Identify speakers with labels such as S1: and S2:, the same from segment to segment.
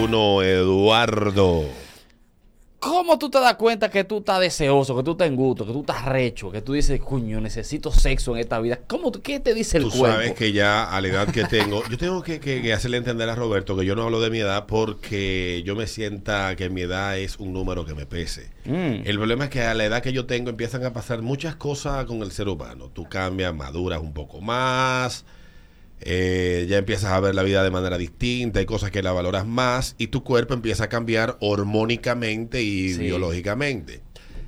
S1: uno, Eduardo.
S2: ¿Cómo tú te das cuenta que tú estás deseoso, que tú estás en gusto, que tú estás recho, que tú dices, cuño, necesito sexo en esta vida? ¿Cómo, tú- ¿Qué te dice el
S1: Tú
S2: cuerpo?
S1: sabes que ya a la edad que tengo, yo tengo que, que- que hacerle entender a Roberto que yo no hablo de mi edad porque yo me sienta que mi edad es un número que me pese.
S2: Mm.
S1: El problema es que a la edad que yo tengo empiezan a pasar muchas cosas con el ser humano. Tú cambias, maduras un poco más, eh, ya empiezas a ver la vida de manera distinta, hay cosas que la valoras más y tu cuerpo empieza a cambiar hormónicamente y
S2: Sí.
S1: biológicamente.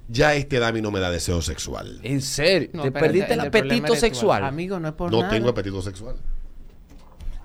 S1: Ya a esta edad a mí no me da deseo sexual.
S2: En serio,
S3: No,
S2: te
S3: pero
S2: perdiste el,
S3: el- el problema
S2: apetito
S3: eres tú,
S2: sexual.
S3: Amigo, no es por
S1: No
S3: nada.
S1: tengo apetito sexual.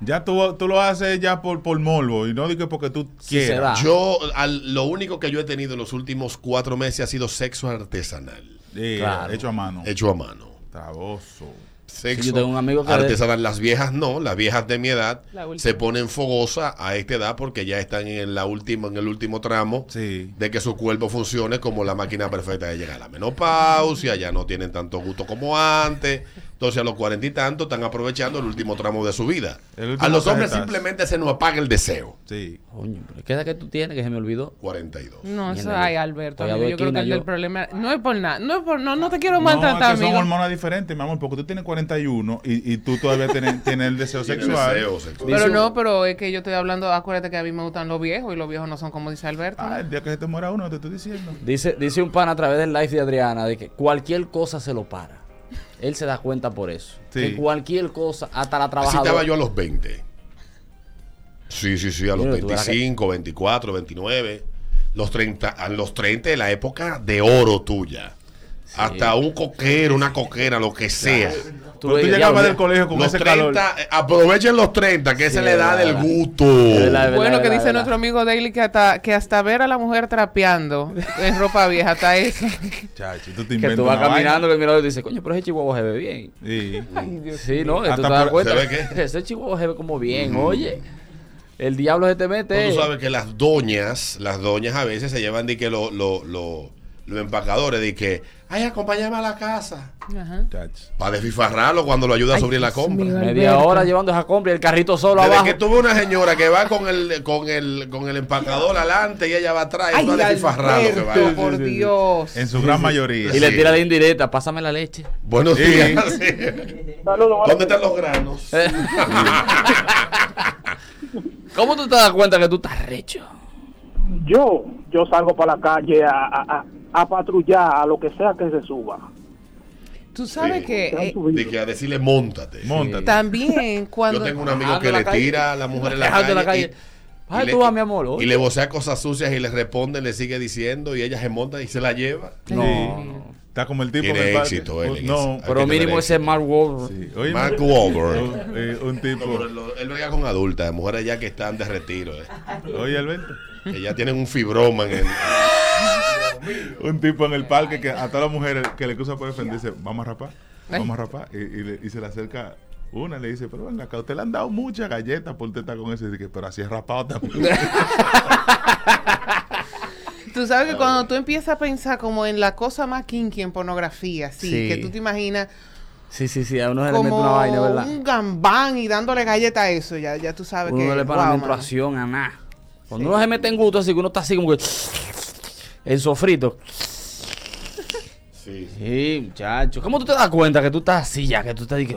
S4: Ya tú, tú lo haces ya por, por morbo y no digo porque tú
S2: Si se
S4: quieras.
S2: da.
S1: Yo, al- lo único que yo he tenido en los últimos cuatro meses ha sido sexo artesanal,
S4: Eh,
S2: Claro.
S4: Hecho a mano.
S1: hecho a mano.
S4: Traboso.
S1: Sexo
S2: Sí, yo tengo un amigo que-
S1: artesanal. Las viejas no, las viejas de mi edad
S3: La última.
S1: se ponen fogosa a esta edad porque ya están en la última, en el último tramo
S4: Sí.
S1: de que su cuerpo funcione como la máquina perfecta de llegar a la menopausia, ya no tienen tanto gusto como antes. Entonces a los cuarenta y tantos están aprovechando el último tramo de su vida.
S4: El último
S1: A los hombres
S4: tarjetazo.
S1: simplemente se nos apaga el deseo.
S4: Sí.
S2: Coño, pero ¿qué edad que tú tienes que se me olvidó?
S1: 42.
S3: No, eso
S2: Mierda,
S3: hay,
S2: yo-
S3: Alberto.
S2: todavía
S3: amigo,
S2: doy
S3: yo creo que
S2: quina
S3: el
S2: yo.
S3: del problema. No es por nada. No, es por, no, no te quiero
S4: No, es que
S3: maltratar,
S4: son
S3: amigo.
S4: hormonas diferentes, mi amor, porque tú tienes 41 y, y tú todavía tienes, tienes el deseo
S1: Tiene
S4: sexual.
S1: deseo sexual.
S3: Pero
S2: Dice-
S3: no, pero es que yo estoy hablando. Acuérdate que a mí me gustan los viejos y los viejos no son como dice Alberto.
S4: Ah, el día que se te muera uno, te estoy diciendo.
S2: Dice, dice un pan a través del live de Adriana de que cualquier cosa se lo para. Él se da cuenta por eso.
S4: Sí.
S2: Que cualquier cosa, hasta la
S1: Así
S2: trabajadora.
S1: estaba yo a los 20. Sí, sí, sí, a los
S2: Mira, tú verás que-
S1: 25, 24, 29. Los 30, a los 30 de la época de oro tuya. Hasta un coquero, una coquera, lo que sea.
S2: Tú
S4: Pero tú
S2: veías,
S4: llegabas
S2: diablo,
S4: del colegio con
S1: Los
S4: ese
S1: 30,
S4: calor.
S1: eh, aprovechen los 30, que
S2: Sí,
S1: se le da
S2: es
S1: del
S2: verdad.
S1: gusto.
S2: Es verdad, es verdad.
S3: Bueno, que dice
S2: verdad.
S3: nuestro amigo Daily que hasta, que hasta ver a la mujer trapeando en ropa vieja, hasta eso.
S4: Chacho, tú te
S2: Que
S4: inventas
S2: tú vas
S4: una vaina.
S2: caminando que el mirador dice, coño, pero ese chihuahua se ve bien.
S4: Sí.
S2: Sí, ¿no? Que tú
S4: Hasta
S2: te das
S4: por-
S2: cuenta.
S1: ¿se ve qué?
S2: que Ese chihuahua se ve como bien, oye. El diablo se te mete.
S1: Pero tú sabes que las doñas, las doñas a veces se llevan de que lo- lo- lo- los empacadores, de que, ay, acompáñame a la casa.
S3: Ajá.
S4: Chacho.
S1: Para desfifarrarlo cuando lo ayuda a subir la compra.
S2: Media hora llevando esa compra y el carrito solo
S1: Desde
S2: abajo.
S1: que tuve una señora que va con el, con el, con el empacador adelante y ella va atrás y
S3: Ay,
S1: todo despilfarrado que va.
S3: Alberto, por Dios.
S4: En su gran mayoría.
S2: Y le
S1: Sí.
S2: tira la indirecta, pásame la leche.
S1: Buenos
S4: Sí.
S1: días. ¿Dónde están los granos?
S2: Eh. ¿Cómo tú te das cuenta que tú estás recho?
S5: Yo, yo salgo para la calle a, a- a- a patrullar, a lo que sea que se suba.
S3: Tú sabes
S1: Sí.
S3: que
S5: Se han
S3: eh,
S5: subido.
S1: Dije a decirle, montate.
S4: Móntate.
S3: también
S1: Yo
S3: cuando...
S1: tengo un amigo
S2: Bajando
S1: que
S2: la
S1: le
S2: calle.
S1: tira a la mujer en la
S2: Bajando
S1: calle.
S2: la calle.
S1: Y,
S2: Ay,
S1: y le-
S2: tú vas, mi amor, oye.
S1: Y le vocea cosas sucias y le responde, le sigue diciendo y ella se monta y se la lleva.
S3: Sí.
S2: No.
S4: Está como el tipo
S1: Tiene
S4: del bar-
S1: éxito él en
S4: No,
S1: esa.
S2: Pero
S1: Hay que tener
S2: mínimo ese
S1: éxito.
S2: Mark Wahlberg.
S4: sí. Oye,
S1: Mark
S4: un-
S1: Wahlberg.
S4: eh, un
S1: No, pero
S4: tipo.
S1: lo- él venía con adultas, mujeres ya que están de retiro, eh,
S4: Oye, Alberto.
S1: que ya tienen un fibroma en el,
S4: Un tipo en el parque que a todas las mujeres que le cruza por el frente dice, vamos a rapar, vamos a rapar. Y, y le- y se le acerca una y le dice, pero ven acá, usted le han dado muchas galletas por teta con eso. Y dice, pero así es rapado también.
S3: Tú sabes que cuando tú empiezas a pensar como en la cosa más kinky en pornografía, sí,
S2: Sí.
S3: que tú te imaginas
S2: Sí, sí, sí, a uno se le mete
S3: como
S2: una vaina, ¿verdad?
S3: un gambán y dándole galleta a eso, ya, ya tú sabes
S2: Uno
S3: que...
S2: no le para la
S3: guau, mano.
S2: menstruación a nada. Cuando uno se mete en gusto, así que uno está así como que. En sofrito.
S1: Sí.
S2: Sí, muchacho. ¿Cómo tú te das cuenta que tú estás así ya? Que tú estás. ahí que-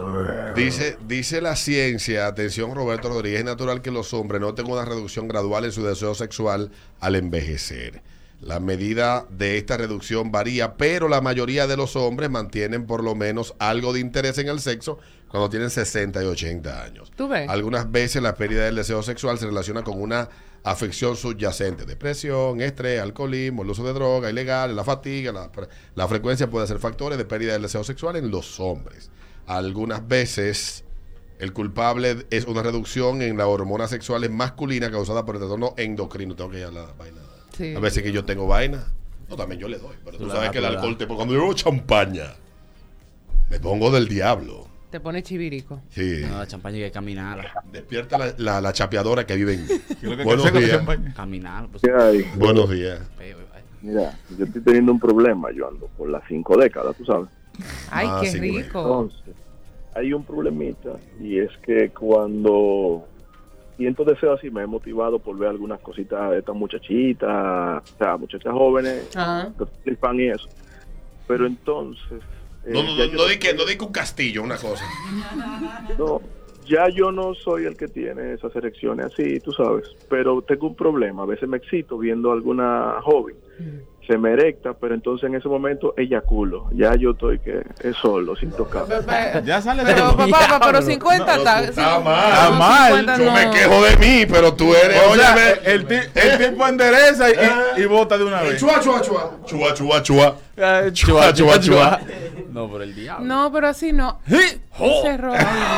S1: Dice, dice la ciencia, atención Roberto Rodríguez, es natural que los hombres noten una reducción gradual en su deseo sexual al envejecer. La medida de esta reducción varía, pero la mayoría de los hombres mantienen por lo menos algo de interés en el sexo cuando tienen 60 y 80 años.
S3: ¿Tú ves?
S1: Algunas veces la pérdida del deseo sexual se relaciona con una afección subyacente, depresión, estrés, alcoholismo, el uso de droga ilegal, la fatiga, la, pre- la frecuencia puede ser factores de pérdida del deseo sexual en los hombres. Algunas veces el culpable es una reducción en las hormonas sexuales masculinas causada por el trastorno endocrino. Tengo que ir a la vaina.
S3: Sí.
S1: A veces que yo tengo vaina, no, también yo le doy, pero tú,
S2: Tú la
S1: sabes
S2: das,
S1: que el
S2: tú la
S1: alcohol te... Cuando yo bebo champaña, me pongo del diablo.
S3: Te pone chivirico.
S1: Sí.
S2: No, la champaña hay que caminar.
S1: Despierta la, la, la chapeadora que vive
S4: Yo lo
S1: en.
S4: que
S1: buenos,
S4: sé que
S1: días.
S4: champaña.
S2: Caminar, pues.
S6: ¿Qué hay?
S1: buenos días.
S2: feo, vaya.
S6: Mira, yo estoy teniendo un problema, yo ando por las cinco décadas, tú sabes.
S3: Ay,
S1: Ah,
S3: qué
S1: sí, güey.
S3: rico.
S6: Entonces, hay un problemita y es que cuando y entonces deseo así me he motivado por ver algunas cositas de estas muchachitas, o sea, muchachas jóvenes,
S3: Ajá.
S6: que flipan y eso. Pero entonces... eh,
S1: No, no,
S6: ya
S1: no,
S6: yo
S1: no di que, no di que un castillo, una cosa.
S6: no, ya yo no soy el que tiene esas elecciones así, tú sabes, pero tengo un problema, a veces me excito viendo alguna joven, se me erecta, pero entonces en ese momento eyaculo, ya yo estoy que es solo, sin tocar.
S4: Ya sale
S3: Pero
S4: todo.
S3: papá, papá, pero 50
S1: Pero tú
S3: está.
S1: estás
S3: sí,
S1: mal.
S3: no,
S4: Estás mal.
S3: 50
S1: Yo me
S3: no.
S1: quejo de mí, pero tú eres.
S4: Ah, O sea,
S1: Óyeme,
S4: el, ti- el tipo endereza y, y, y bota de una vez.
S1: Chua, chua, chua. Chua, chua, chua.
S2: Ay,
S1: Chua, chua, chua.
S2: No, por el diablo.
S3: No, pero así no.
S2: Sí. Oh. Jo.
S3: Cerró.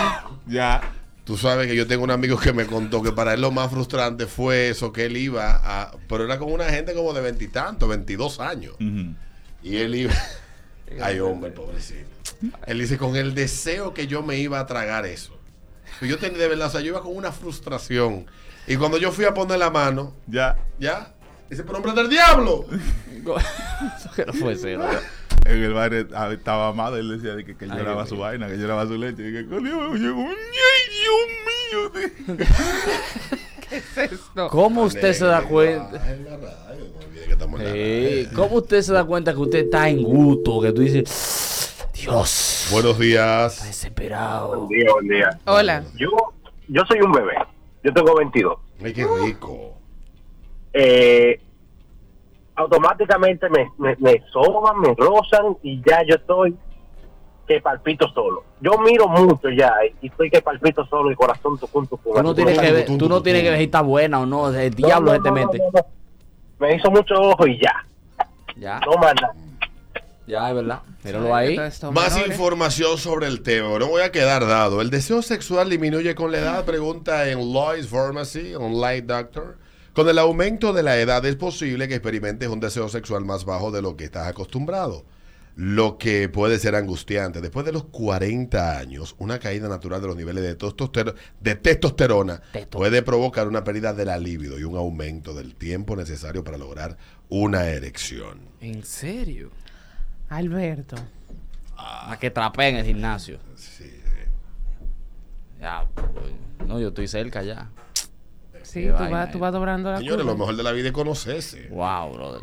S4: Ya.
S1: Tú sabes que yo tengo un amigo que me contó que para él lo más frustrante fue eso, que él iba a... Pero era con una gente como de veintitantos, veintidós años.
S4: Ujú.
S1: Y él iba... Ay, hombre, pobrecito. Él dice, con el deseo que yo me iba a tragar eso. Y Yo tenía de verdad, o sea, yo iba con una frustración. Y cuando yo fui a poner la mano,
S4: Ya.
S1: ya, dice, pero hombre del diablo.
S2: Eso que no fue cero.
S4: En el bar ah, estaba amado, él decía de que, que él
S2: Ay,
S4: lloraba
S2: Dios
S4: su
S2: mío.
S4: vaina, que lloraba su leche. Y que, coño, llegó un- ay, Dios mío. de-
S3: Es esto.
S2: ¿Cómo usted se da
S1: Ay,
S2: cuenta?
S1: ay, la radio, no olvide que estamos en la radio.
S2: Ey, ¿Cómo usted se da cuenta que usted está en gusto? Que tú dices, Dios,
S1: Buenos días.
S2: desesperado.
S5: día, buen día.
S3: Hola.
S5: Yo, yo soy un bebé. Yo tengo 22.
S1: Ay, qué rico.
S5: Eh, automáticamente me, me, me soban, me rozan y ya yo estoy que palpito solo. Yo miro mucho ya y estoy que palpito solo y corazón tucum tucum.
S2: Tú no tienes que ver,
S1: tum,
S2: tú no
S1: tum,
S2: tienes
S1: tum.
S2: que ver si está buena o no. El
S5: No,
S2: diablo este
S5: no,
S2: se te
S5: no, no,
S2: mete.
S5: no, no. Me hizo mucho ojo y ya.
S2: Ya,
S5: No manda.
S2: ya, es verdad. Míralo ahí.
S3: Todo ¿eh? esto,
S1: Más
S3: menores.
S1: información sobre el tema. No voy a quedar dado. ¿El deseo sexual disminuye con la edad? Pregunta en Lois Pharmacy, Online Doctor. Con el aumento de la edad es posible que experimentes un deseo sexual más bajo de lo que estás acostumbrado, lo que puede ser angustiante. Después de los 40 años, una caída natural de los niveles de, tostostero- de testosterona
S2: Testo.
S1: puede provocar una pérdida de la libido y un aumento del tiempo necesario para lograr una erección.
S2: ¿En serio?
S3: Alberto.
S2: A que trapeen en el gimnasio.
S1: Sí.
S2: Ya, pues, no, yo estoy cerca ya.
S3: Sí,
S2: Qué
S3: tú
S2: vaina, eh.
S3: vas, tú vas dobrando la
S1: Señores, lo
S3: curva.
S1: mejor de la vida es conocerse.
S2: Wow, brother.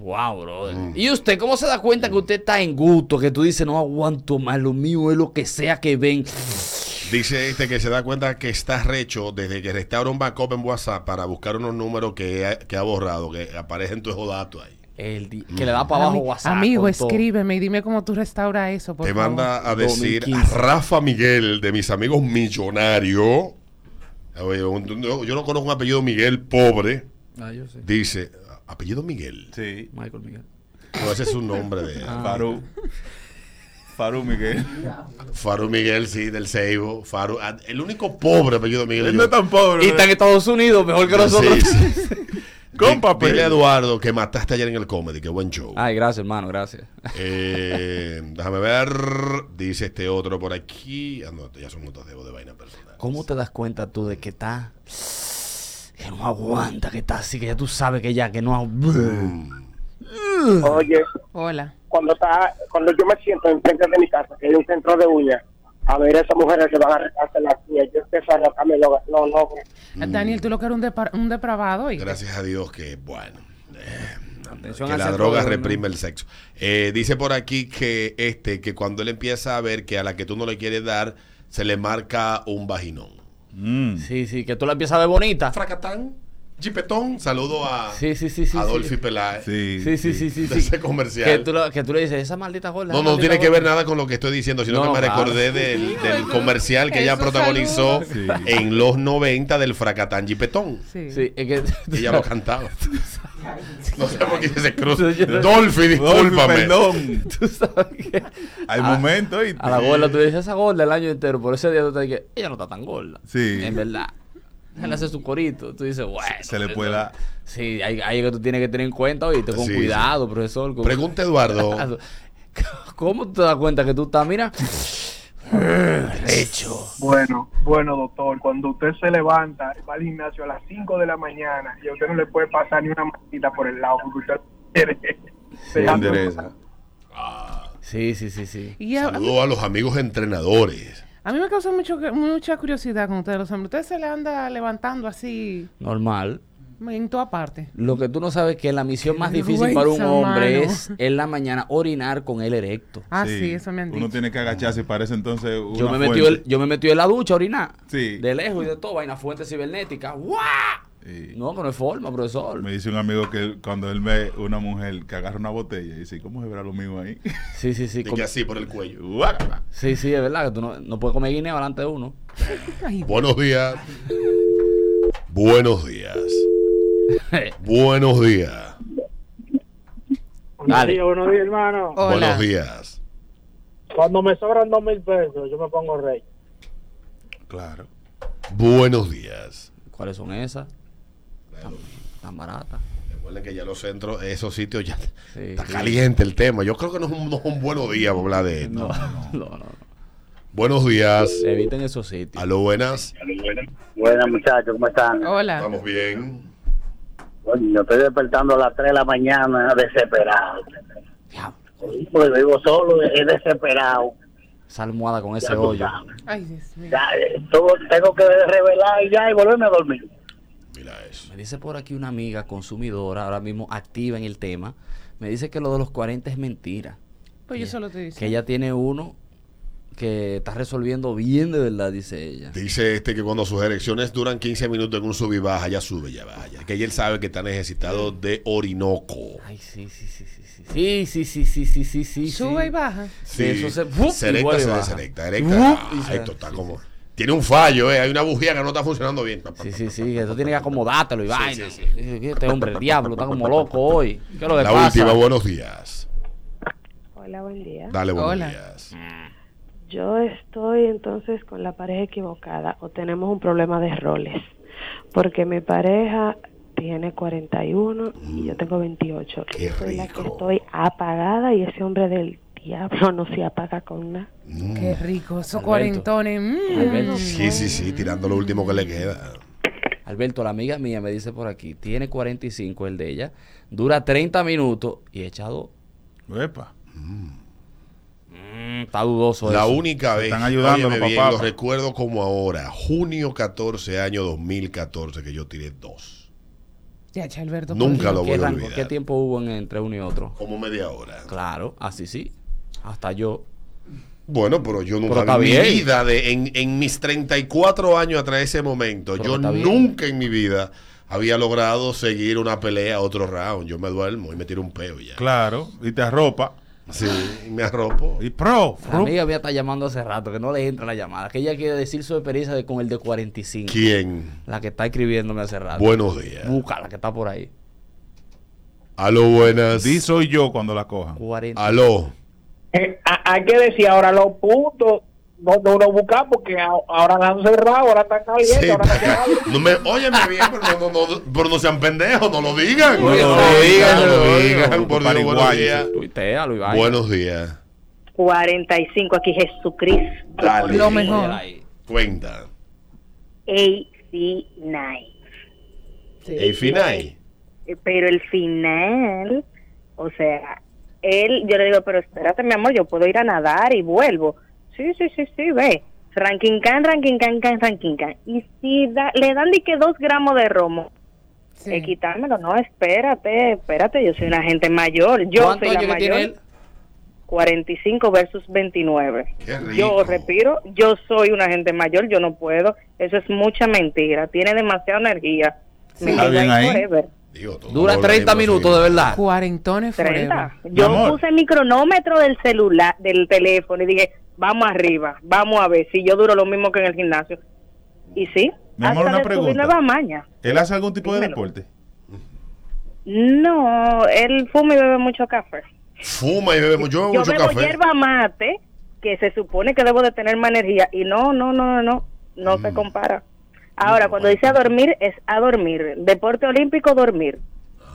S2: Wow, brother. ¿Y usted cómo se da cuenta que usted está en gusto? Que tú dices, no aguanto más, lo mío es lo que sea que ven.
S1: Dice este que se da cuenta que está recho desde que restaura un backup en WhatsApp para buscar unos números que ha, que ha borrado, que aparecen tus datos ahí.
S2: El di- que le da para abajo
S3: Ami-
S2: WhatsApp.
S3: Amigo,
S2: con todo.
S3: escríbeme y dime cómo tú restauras eso, por
S1: Te
S3: favor.
S1: manda a decir
S2: 2015.
S1: a Rafa Miguel, de mis amigos millonarios. Oye, un- Yo, yo no conozco un apellido Miguel pobre.
S2: Ah, yo sé.
S1: Dice, apellido Miguel.
S4: Sí.
S2: Michael Miguel.
S1: No, ese es su nombre de
S3: Ah.
S1: él.
S4: Farú. Farú Miguel.
S1: Faru Miguel, sí, del Seibo. Faru, ah, el único pobre apellido Miguel.
S4: Él
S1: yo-
S4: no es tan pobre.
S2: Y está en Estados Unidos, mejor que
S1: Sí,
S2: nosotros.
S1: sí. Di-
S4: Compa,
S1: Dile a
S4: pero.
S1: Eduardo que mataste ayer en el comedy, qué buen show.
S2: Ay, gracias, hermano, gracias.
S1: Eh, déjame ver. Dice este otro por aquí. Ah, no, ya son notas de voz de vaina personal.
S2: ¿Cómo te das cuenta tú de que está... Que no aguanta, que está así, que ya tú sabes que ya, que no...
S1: Mm.
S2: agu-
S5: Oye,
S3: Hola.
S5: cuando está, cuando yo me siento enfrente de mi casa, que hay un centro de uñas, a ver esas mujeres que van a arrancarse las uñas, yo empiezo a arrancarme los no, no.
S3: Daniel, tú lo que eres un, depra- un depravado. ¿oíste?
S1: Mm. Gracias a Dios que, bueno. eh,
S2: Atención
S1: que
S2: al
S1: la
S2: centro
S1: droga
S2: de-
S1: reprime el sexo. Eh, dice por aquí que este, que cuando él empieza a ver que a la que tú no le quieres dar, se le marca un vaginón.
S4: Mm.
S2: Sí, sí, que tú la empiezas a ver bonita.
S1: Fracatán, Chipetón. Saludo a
S2: Sí, sí, sí, sí.
S1: Adolfi
S2: sí.
S1: Peláez.
S4: Sí.
S2: Sí, sí, sí, sí,
S1: de
S2: sí.
S1: ese comercial.
S2: Que tú, lo- que tú le dices, esa maldita gorda.
S1: No,
S2: esa
S1: no
S2: maldita
S1: tiene que
S2: gorda".
S1: ver nada con lo que estoy diciendo, sino
S2: No,
S1: que me
S2: claro.
S1: recordé del, del comercial que ella
S3: Eso
S1: protagonizó
S4: saluda. Sí.
S1: en los 90 del Fracatán Gipetón.
S3: Sí.
S2: Sí, es que...
S1: Ella lo cantaba. No sé por qué se cruza.
S2: Yo no-
S1: Dolphy, discúlpame.
S4: Perdón.
S2: Tú sabes que...
S4: Hay
S2: a-
S4: momentos y.
S2: A la gorda, tú le dices, esa gorda el año entero, por ese día tú te dices, ella no está tan gorda.
S4: Sí.
S2: En verdad. Él hace su corito. Tú dices, bueno.
S4: Se le
S2: eso-
S4: puede dar.
S2: Sí, hay, hay que tú tienes que tener en cuenta, oíste, con
S1: Sí, sí.
S2: cuidado, profesor. Con...
S1: Pregunta Eduardo.
S2: ¿Cómo tú te das cuenta que tú estás, mira? Eh, Recho.
S7: Bueno, bueno, doctor, cuando usted se levanta, va al gimnasio a las 5 de la mañana y a usted no le puede pasar ni una maldita por el lado porque usted quiere.
S3: Ah,
S4: Sí,
S7: dejando-
S4: endereza.
S2: Sí, sí, sí, sí.
S3: Y a,
S1: Saludo a los amigos entrenadores.
S3: A mí me causa mucho, mucha curiosidad con ustedes los hombres. Ustedes se le anda levantando así
S2: Normal.
S3: en toda parte.
S2: Lo que tú no sabes es que la misión más difícil
S3: vergüenza,
S2: para un hombre
S3: mano.
S2: es en la mañana orinar con él erecto.
S3: Ah, sí, eso me han dicho.
S4: Uno tiene que agacharse y parece entonces.
S2: Yo
S4: una
S2: me, metí
S4: fuente.
S2: el- yo me metí en la ducha a orinar.
S4: Sí.
S2: De lejos y de todo, vaina fuente cibernética. ¡Guau!
S4: Y
S2: No, que no es forma, profesor.
S4: Me dice un amigo que él- cuando él ve una mujer que agarra una botella, dice: ¿Cómo se verá lo mismo ahí?
S2: Sí, sí, sí.
S1: Y
S2: com-
S1: que así por el cuello.
S4: Guácala.
S2: Sí, sí, es verdad que tú no, no puedes comer guineo delante de uno.
S3: Ay,
S1: Buenos días. Buenos días. Buenos días.
S2: Dale.
S5: buenos días, hermano.
S3: hola.
S1: Buenos días.
S5: Cuando me sobran dos mil pesos, yo me pongo rey.
S4: Claro.
S1: Buenos días.
S2: ¿Cuáles son esas? Tan, tan baratas.
S1: Recuerden que ya los centros, esos sitios ya
S2: Sí,
S1: está
S2: sí.
S1: caliente el tema. Yo creo que no es un, no es un buenos días para hablar de esto.
S2: No, no, no. no.
S1: Buenos días.
S2: Eviten esos sitios.
S1: Aló, buenas.
S5: Buenas, muchachos, ¿cómo están?
S3: Hola.
S1: Estamos bien.
S5: Coño, estoy despertando a las 3 de la mañana desesperado.
S2: Diablo,
S5: Porque vivo solo, es desesperado.
S2: Esa almohada con
S5: Ya
S2: ese
S5: tú
S2: hoyo.
S5: sabes.
S3: Ay, Dios mío.
S5: Ya, eh, todo- tengo que revelar y ya y volverme a dormir.
S1: Mira eso.
S2: Me dice por aquí una amiga consumidora, ahora mismo activa en el tema. Me dice que lo de los 40 es mentira.
S3: Pues yo solo te
S2: Que
S3: digo.
S2: ella tiene uno que está resolviendo bien de verdad, dice ella.
S1: Dice este que cuando sus erecciones duran 15 minutos en un sub y baja, ya sube, ya vaya. Que él sabe que está necesitado de Orinoco.
S2: Ay, sí, sí, sí, sí, sí. Sí, sí, sí, sí, sí, sí, sí.
S3: Sube
S2: sí.
S3: y baja.
S1: Sí.
S2: Eso se- ¡Wup!
S1: se
S2: y
S1: erecta,
S2: vuelve
S1: se
S2: baja.
S1: deserecta. Erecta.
S2: ¡Wup!
S1: Ah,
S2: Y se-
S1: esto está
S2: sí,
S1: como.
S2: sí.
S1: Tiene un fallo, ¿eh? Hay una bujía que no está funcionando bien.
S2: Sí, sí, sí, esto tiene que acomodártelo y vaina.
S1: sí,
S2: Este hombre, el diablo, está como loco hoy. ¿Qué es lo que
S1: La
S2: pasa?
S1: última, buenos días.
S8: Hola, buen día.
S1: Dale, buenos
S3: Hola.
S1: días.
S8: Yo estoy entonces con la pareja equivocada o tenemos un problema de roles, porque mi pareja tiene 41 y yo tengo 28.
S1: Qué
S8: Yo soy la que
S1: rico.
S8: estoy apagada y ese hombre del diablo no se apaga con nada.
S1: Mm.
S3: Qué rico, esos
S2: Alberto.
S3: cuarentones. mm.
S2: Alberto.
S1: Sí, sí, sí, tirando lo último que le queda.
S2: Alberto, la amiga mía me dice por aquí, tiene 45 el de ella, dura 30 minutos y he echado.
S4: Epa.
S2: mm, Está dudoso
S1: La
S2: eso.
S1: única vez,
S4: están ayudando
S1: óyeme
S4: los
S1: bien,
S4: papás.
S1: lo recuerdo como ahora, junio 14, año 2014, que yo tiré dos.
S3: Ya, che, Alberto.
S1: Nunca lo
S2: ¿Qué,
S1: voy a
S2: rango-
S1: olvidar.
S2: ¿Qué tiempo hubo en- entre uno y otro?
S1: Como media hora.
S2: Claro, así sí. Hasta yo.
S1: Bueno, pero yo
S2: Pero
S1: nunca
S2: está
S1: en mi
S2: bien.
S1: vida, de, en, en mis 34 años hasta ese momento,
S2: Pero
S1: yo
S2: está bien.
S1: nunca en mi vida había logrado seguir una pelea a otro round. Yo me duermo y me tiro un peo y ya.
S4: Claro. Y te arropa.
S1: Sí, y me arropo.
S4: Y pro.
S2: La amiga mía está llamando hace rato, que no le entra la llamada, que ella quiere decir su experiencia de, con el de 45.
S1: ¿Quién?
S2: La que está escribiéndome hace rato.
S1: Buenos días.
S2: Busca la que está por ahí.
S1: Aló, buenas.
S4: Di soy yo cuando la cojan.
S2: 40.
S1: Aló.
S5: Eh, a- hay que decir ahora los puntos no, no lo buscar porque a- ahora la han cerrado, ahora está caliente,
S1: Sí,
S5: ahora está
S1: acá. no me, óyeme bien, pero no, no, no, pero no sean pendejos, no lo digan.
S2: No lo digan,
S1: no lo
S2: no lo
S1: digan.
S2: digan.
S1: Por Dios, buenos
S4: Pariguayo.
S1: días.
S2: Tuitealo y vaina.
S1: Buenos días.
S9: 45 aquí Jesucristo.
S1: Dale.
S3: Lo mejor.
S1: Cuenta.
S9: AC9.
S1: El final.
S9: Eh, Pero el final, o sea, él, yo le digo, pero espérate, mi amor, yo puedo ir a nadar y vuelvo. Sí, sí, sí, sí, ve. Ranking can, ranking can, can, ranking can. Y si da- le dan de que dos gramos de romo,
S3: Sí.
S9: eh, quitármelo, no, espérate, espérate, yo soy una gente mayor, yo
S2: ¿Cuántos
S9: soy la
S2: años que tiene
S9: mayor.
S2: él?
S9: 45 versus 29.
S1: Qué rico.
S9: Yo respiro, yo soy una gente mayor, yo no puedo. Eso es mucha mentira. Tiene demasiada energía. Me
S4: Está
S9: quedo
S4: bien ahí.
S9: forever.
S1: Digo, todo
S2: Dura
S1: lo
S2: 30
S1: mismo, sí.
S2: minutos, de verdad.
S3: Cuarentones
S9: 30.
S3: forever.
S4: Mi
S9: Yo
S4: amor.
S9: puse mi cronómetro del celular, del teléfono y dije, vamos arriba, vamos a ver si yo duro lo mismo que en el gimnasio. Y sí,
S4: Mi amor, una
S9: le subí
S4: pregunta.
S9: nueva maña.
S4: ¿Él hace algún tipo de
S9: Dímelo.
S4: deporte?
S9: No, él fuma y bebe mucho café.
S1: Fuma y bebe mucho, bebo
S9: yo
S1: mucho
S9: bebo
S1: café.
S9: hierba mate, que se supone que debo de tener más energía, y no, no, no, no, no, no
S4: Mm.
S9: se compara. Ahora, cuando dice a dormir, es a dormir. Deporte olímpico, dormir.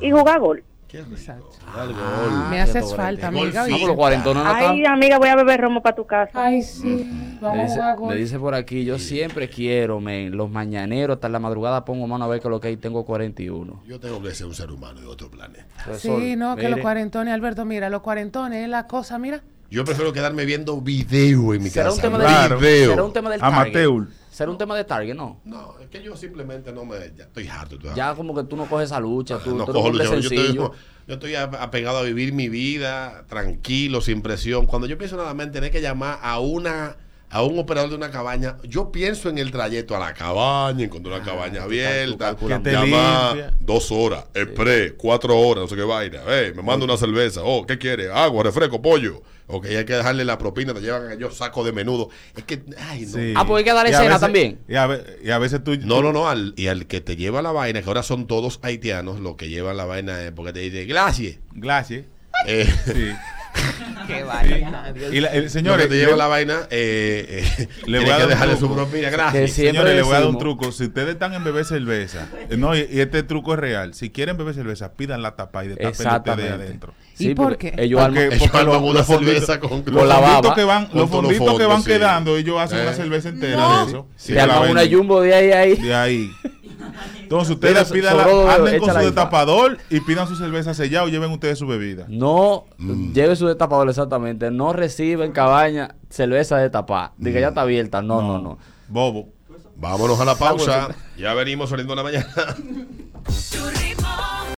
S9: Y jugar gol.
S1: Qué rico.
S3: Exacto.
S1: Dale, gol.
S3: Me
S2: Ah,
S3: haces
S2: cierto,
S3: falta,
S2: cuarenta.
S1: amiga,
S2: No,
S1: oye.
S2: pero 40 no está.
S9: Ay, amiga, voy a beber romo para tu casa.
S3: Ay, sí.
S2: Mm. Me
S3: Vamos
S2: dice,
S3: a jugar
S2: me dice por aquí, yo siempre quiero, men, los mañaneros, hasta la madrugada pongo mano a ver que lo que hay, tengo 41.
S1: Yo tengo que ser un ser humano de otro planeta.
S3: Sí, no, que
S2: cuarenta
S3: los cuarentones, Alberto, mira, los cuarentones es la cosa, mira,
S1: Yo prefiero quedarme viendo video en mi
S2: ¿Será
S1: casa.
S2: un, tema del,
S4: Claro.
S1: video.
S2: será un tema del target.
S4: Amateur.
S2: Será un tema de target, no.
S1: No, es que yo simplemente no me. Ya estoy harto. estoy harto.
S2: Ya como que tú no coges esa lucha, tú,
S1: no
S2: tú
S1: cojo
S2: eres
S1: lucha.
S2: un
S1: Yo
S2: hombre
S1: estoy,
S2: sencillo.
S1: yo estoy a- apegado a vivir mi vida tranquilo, sin presión. Cuando yo pienso nada más en tener que llamar a una a un operador de una cabaña, yo pienso en el trayecto a la cabaña, encontrar
S2: Ah,
S1: una cabaña abierta,
S4: Que te limpia.
S1: llamar dos horas, express, cuatro horas, no sé qué vaina. Eh, me mando una cerveza. Oh, ¿qué quiere? Agua, refresco, pollo. Ok, hay que dejarle la propina, te llevan yo saco de menudo. Es que, ay, no.
S4: Sí.
S2: Ah, pues hay que dar
S4: Y a
S2: escena
S4: veces-
S2: también.
S4: Y a, ve- y a veces tú.
S1: No, no, no, al, y al que te lleva la vaina, que ahora son todos haitianos, los que llevan la vaina, eh, porque te dice, gracias.
S4: Glacier.
S1: Eh,
S4: Sí.
S3: Qué
S4: Y la- el-
S1: Señores,
S4: señores,
S1: te lleva
S4: le-
S1: la vaina, eh, eh,
S4: Le
S1: tiene
S4: voy a
S1: que
S4: dar un
S1: dejarle su
S4: truco.
S1: propina,
S2: Que
S1: gracias.
S2: sí. Siempre
S4: Señores, les voy a dar un
S2: decimos-
S4: truco. Si ustedes están en beber cerveza, eh, no, y, y este truco es real. Si quieren beber cerveza, pidan la tapa y destapen ustedes de
S2: Exactamente.
S4: adentro.
S3: ¿Y por
S2: porque
S3: qué?
S2: Ellos
S4: Porque-
S2: arman-
S1: Ellos
S4: porque
S1: arman
S4: lo-
S1: una
S4: los fonditos-
S1: cerveza con
S2: Con la
S4: los
S2: baba.
S4: fonditos que
S1: Con
S4: van, los
S1: todos los
S4: fonditos que
S1: fondos,
S4: van
S1: sí.
S4: quedando, ellos hacen
S1: Eh.
S4: una cerveza entera
S3: No.
S4: de eso.
S1: Sí,
S2: te
S4: Y
S1: la
S2: arman
S4: venden
S2: una jumbo de ahí a ahí.
S4: De ahí. Entonces
S2: Mira,
S4: ustedes
S2: so-
S4: pidan la-
S2: sobró,
S4: anden con
S2: échala
S4: su
S2: ahí.
S4: destapador y pidan su cerveza sellada o lleven ustedes su bebida.
S2: No
S1: Mm.
S2: lleve su destapador exactamente. No reciben cabaña cerveza de tapar. De
S1: Mm.
S2: que ya está abierta. No, no, no.
S4: Bobo.
S1: Vámonos a la pausa, ya venimos saliendo de la mañana.